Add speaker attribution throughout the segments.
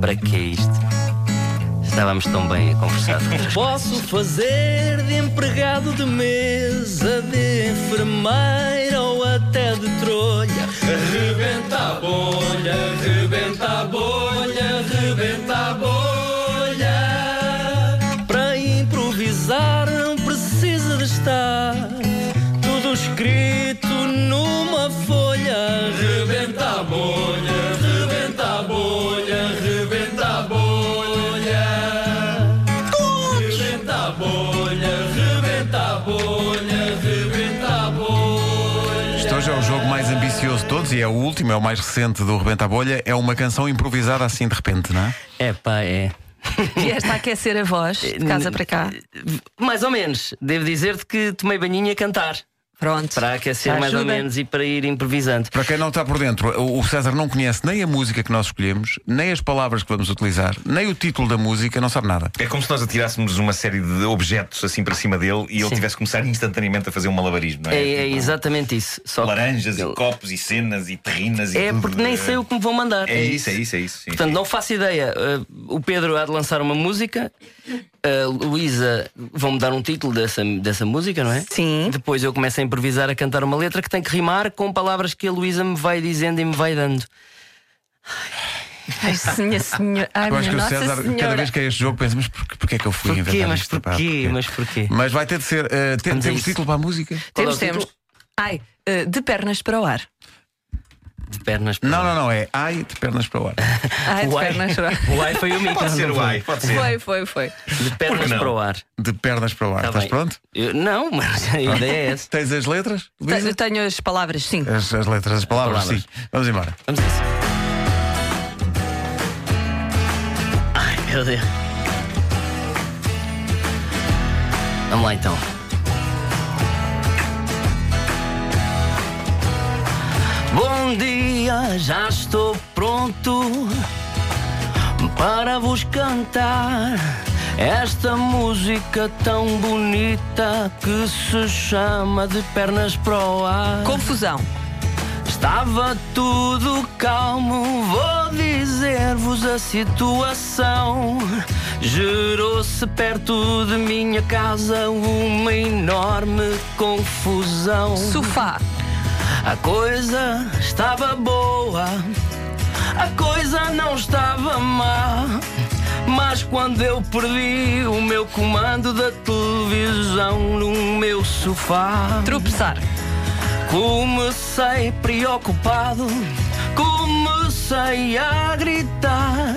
Speaker 1: Para que é isto? Estávamos tão bem a conversar. de outras
Speaker 2: Posso fazer de empregado de mesa, de enfermeira ou até de trolha. Rebenta a bolha, rebenta a bolha, rebenta a bolha. Para improvisar não precisa de estar tudo escrito numa folha. Rebenta a bolha, rebenta a bolha, rebenta a bolha. Rebenta a bolha, rebenta a bolha, rebenta a bolha.
Speaker 3: Este hoje é o jogo mais ambicioso de todos e é o último, é o mais recente do Rebenta a Bolha. É uma canção improvisada assim de repente, não é?
Speaker 1: coisas. Epá, é.
Speaker 4: Vieste a aquecer a voz de casa para cá.
Speaker 1: Mais ou menos. Devo dizer-te que tomei banhinho a cantar.
Speaker 4: Pronto.
Speaker 1: Para aquecer
Speaker 4: Já
Speaker 1: mais ou
Speaker 4: ajuda.
Speaker 1: menos e para ir improvisando.
Speaker 3: Para quem não está por dentro, o o César não conhece nem a música que nós escolhemos, nem as palavras que vamos utilizar, nem o título da música, não sabe nada.
Speaker 5: É como se nós atirássemos uma série de objetos assim para cima dele e ele tivesse que começar instantaneamente a fazer um malabarismo, não é?
Speaker 1: É, é
Speaker 5: Tipo,
Speaker 1: exatamente isso. Só que-
Speaker 5: Laranjas e copos e cenas e terrinas e
Speaker 1: É
Speaker 5: tudo.
Speaker 1: porque nem sei o que me vão mandar.
Speaker 5: É isso, é isso, é isso. sim,
Speaker 1: Portanto,
Speaker 5: sim.
Speaker 1: não faço ideia. Uh, o Pedro há de lançar uma música, a Luísa vão-me dar um título dessa, dessa música, não é?
Speaker 4: Sim.
Speaker 1: Depois eu começo a improvisar, a cantar uma letra que tem que rimar com palavras que a Luísa me vai dizendo e me vai dando.
Speaker 5: é
Speaker 4: Ai, senha, senhora. Ai,
Speaker 3: Eu acho
Speaker 4: minha
Speaker 3: que o
Speaker 4: Nossa
Speaker 3: César,
Speaker 4: Senhora.
Speaker 3: cada vez que é este jogo, pensa, mas por- porquê é que eu fui
Speaker 1: Porquê?
Speaker 3: inventar
Speaker 1: Mas
Speaker 3: isto? pá?
Speaker 1: porquê? Mas porquê?
Speaker 3: Mas vai ter de ser. eh, tem-
Speaker 1: Vamos a
Speaker 3: temos
Speaker 1: isso.
Speaker 3: título para a música?
Speaker 1: Qual é o
Speaker 4: Temos, temos.
Speaker 1: título?
Speaker 4: Ai, eh, de pernas para o ar.
Speaker 1: De pernas para
Speaker 3: Não,
Speaker 1: o
Speaker 3: não,
Speaker 1: ar.
Speaker 3: não, é Ai de pernas para o ar.
Speaker 5: é
Speaker 4: Ai, de
Speaker 1: O ai-
Speaker 4: pernas para o ar.
Speaker 1: O ai foi o Mica.
Speaker 5: Pode ser
Speaker 1: não
Speaker 5: o ai, pode ser.
Speaker 4: Foi, foi, foi.
Speaker 1: De pernas
Speaker 5: não?
Speaker 1: para o ar.
Speaker 3: De pernas para o ar.
Speaker 1: Tá
Speaker 3: Estás
Speaker 1: bem.
Speaker 3: pronto?
Speaker 1: Eu- não, mas a ideia é essa.
Speaker 3: Tens as letras? Luísa?
Speaker 4: Te- Tenho as palavras, sim.
Speaker 3: As, as letras, as palavras,
Speaker 1: Palavras.
Speaker 3: sim. Vamos embora.
Speaker 1: Vamos a isso. Ai, meu Deus. Vamos lá então. Bom dia, já estou pronto para vos cantar esta música tão bonita que se chama de pernas para o ar.
Speaker 4: Confusão.
Speaker 1: Estava tudo calmo, vou dizer-vos a situação. Gerou-se perto de minha casa uma enorme confusão.
Speaker 4: Sofá.
Speaker 1: A coisa estava boa, a coisa não estava má. Mas quando eu perdi o meu comando da televisão no meu sofá.
Speaker 4: Tropeçar.
Speaker 1: Comecei preocupado, comecei a gritar.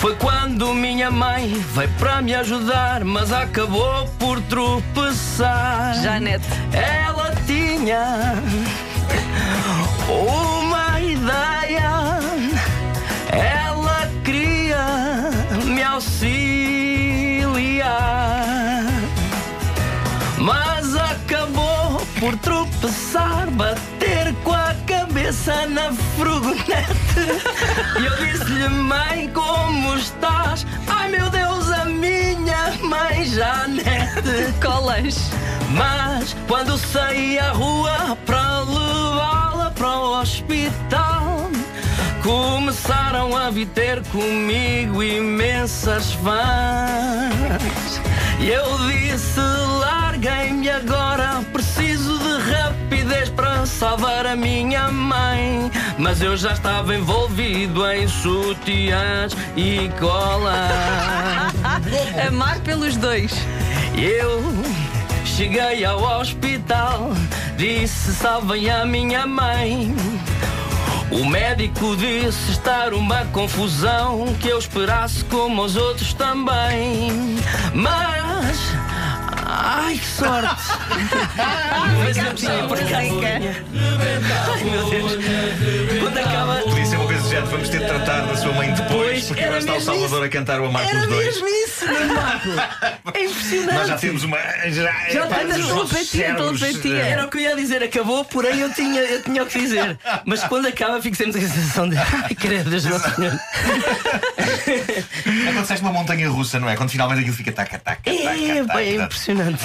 Speaker 1: Foi quando minha mãe veio para me ajudar, mas acabou por tropeçar.
Speaker 4: Janete.
Speaker 1: Ela tinha uma ideia. Ela queria me auxiliar, mas acabou por tropeçar, bater com a cabeça na furgonete. E eu disse-lhe, mãe, como estás? Ai meu Deus, a minha mãe é Janete.
Speaker 4: Colas.
Speaker 1: Mas quando saí à rua para levá-la para o hospital, começaram a vir ter comigo imensas fãs. E eu disse: larguem-me agora, preciso de rapidez para salvar a minha mãe. Mas eu já estava envolvido em sutiãs e colas.
Speaker 4: Amar pelos dois.
Speaker 1: Eu cheguei ao hospital, disse salvem a minha mãe. O médico disse estar uma confusão, que eu esperasse como os outros também. Mas. Ai, que sorte! Mas eu tinha por acaso- Ai, meu Deus! Quando acaba.
Speaker 5: Podia ser uma coisa do género, vamos ter de tratar da sua mãe depois,
Speaker 1: Pois,
Speaker 5: porque
Speaker 1: era
Speaker 5: agora está o
Speaker 1: mesmo
Speaker 5: Salvador a cantar o Amar pelos dois.
Speaker 1: isso, meu Marco! É impressionante!
Speaker 5: Nós já temos uma. Já, é, já
Speaker 1: temos
Speaker 4: telepatia, telepatia.
Speaker 5: é.
Speaker 1: Era o que eu ia dizer, acabou, porém eu tinha, eu tinha o que dizer. Mas quando acaba, fico sempre com a sensação de. Ai, credo, Deus Nosso Senhor.
Speaker 5: É quando sais numa montanha russa, não é? Quando finalmente aquilo fica taca, taca, taca,
Speaker 1: É,
Speaker 5: taca,
Speaker 1: pá, é
Speaker 5: taca.
Speaker 1: impressionante.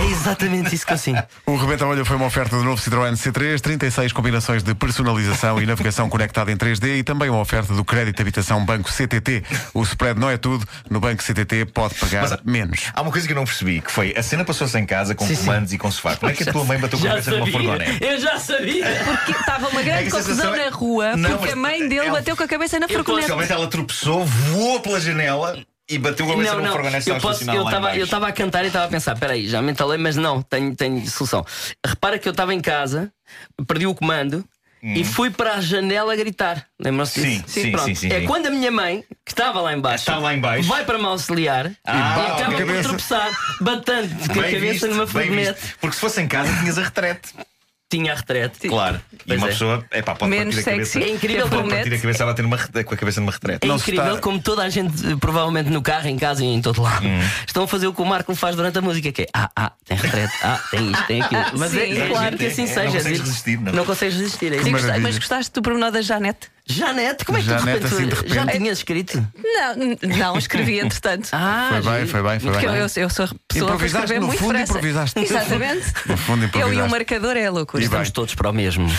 Speaker 1: É exatamente isso que eu sinto.
Speaker 3: O Rebenta a Olho foi uma oferta do novo Citroën C3, 36 combinações de personalização e navegação conectada em 3D e também uma oferta do crédito de habitação Banco CTT. O spread não é tudo, no Banco CTT pode pagar menos.
Speaker 5: Há uma coisa que eu não percebi, que foi a cena passou-se em casa com
Speaker 1: Sim, sim.
Speaker 5: comandos e com sofá. Como é que a tua mãe bateu com a
Speaker 1: Já
Speaker 5: cabeça numa furgoneta?
Speaker 1: sabia. Eu já sabia.
Speaker 4: Porque estava uma
Speaker 5: É que
Speaker 4: grande
Speaker 5: a
Speaker 4: confusão
Speaker 5: sensação é-
Speaker 4: na rua
Speaker 5: Não,
Speaker 4: porque
Speaker 5: mas-
Speaker 4: a mãe dele
Speaker 5: é-
Speaker 4: bateu com a cabeça na
Speaker 1: Eu posso-
Speaker 4: frequência.
Speaker 5: Realmente ela tropeçou, voou pela janela e bateu com a cabeça
Speaker 1: Não,
Speaker 5: numa
Speaker 1: não,
Speaker 5: furgoneta que
Speaker 1: eu
Speaker 5: estava
Speaker 1: posso,
Speaker 5: estacionada
Speaker 1: eu
Speaker 5: lá
Speaker 1: estava
Speaker 5: embaixo.
Speaker 1: eu estava a cantar e estava a pensar, peraí, já me entalei, mas não, tenho, tenho solução. Repara que eu estava em casa, perdi o comando e fui para a janela gritar. Lembram-se
Speaker 5: Hum. Sim,
Speaker 1: disso?
Speaker 5: sim,
Speaker 1: pronto.
Speaker 5: sim, sim,
Speaker 1: É
Speaker 5: sim.
Speaker 1: quando a minha mãe, que estava lá embaixo,
Speaker 5: Está lá embaixo.
Speaker 1: vai para me auxiliar
Speaker 5: Ah,
Speaker 1: e
Speaker 5: ok.
Speaker 1: acaba por
Speaker 3: Cabeça.
Speaker 1: tropeçar, batendo com a
Speaker 5: Bem
Speaker 1: cabeça
Speaker 5: visto,
Speaker 1: numa
Speaker 5: bem
Speaker 1: furgoneta.
Speaker 5: visto. Porque se fosse em casa tinhas a retrete.
Speaker 1: Tinha a retrete.
Speaker 5: Claro. E
Speaker 1: Pois
Speaker 5: uma
Speaker 1: é.
Speaker 5: pessoa, é pá, pode
Speaker 4: Menos
Speaker 5: partir a cabeça.
Speaker 4: sexy.
Speaker 1: É incrível
Speaker 4: que a
Speaker 5: Pode partir a
Speaker 4: furgoneta-
Speaker 5: cabeça a bater numa, rede- com a cabeça numa retrete.
Speaker 1: É
Speaker 3: Não se
Speaker 1: incrível
Speaker 3: está- Hum.
Speaker 1: como toda a gente, eh, provavelmente no carro, em casa e em todo lado, estão a fazer o que o Marco faz durante a música, que é ah, ah, tem retrete, ah, tem isto, tem aquilo. Mas é,
Speaker 4: Sim,
Speaker 1: é
Speaker 5: claro.
Speaker 1: claro que assim
Speaker 5: É, não
Speaker 1: seja.
Speaker 5: consegues
Speaker 1: digo-
Speaker 5: resistir, não.
Speaker 1: não consegues resistir. É
Speaker 4: Sim,
Speaker 1: isso.
Speaker 4: gosta-
Speaker 3: maravilha.
Speaker 4: mas gostaste do pormenor da Janete?
Speaker 1: Janete, como é que tu
Speaker 3: Janete,
Speaker 1: tu-
Speaker 3: assim, de repente.
Speaker 1: já tinhas escrito?
Speaker 4: Não, n- não escrevi entretanto.
Speaker 1: Ah,
Speaker 3: Foi bem,
Speaker 1: giro.
Speaker 3: foi bem, foi
Speaker 4: Porque
Speaker 3: bem.
Speaker 4: eu, eu, eu sou a pessoa que
Speaker 3: Improvisaste,
Speaker 4: escrever
Speaker 3: no
Speaker 4: muito
Speaker 3: fundo,
Speaker 4: depressa.
Speaker 3: improvisaste.
Speaker 4: Exatamente.
Speaker 3: No fundo,
Speaker 4: eu e
Speaker 3: improvisaste.
Speaker 4: o marcador é a loucura.
Speaker 3: E bem.
Speaker 1: Estamos todos para o mesmo.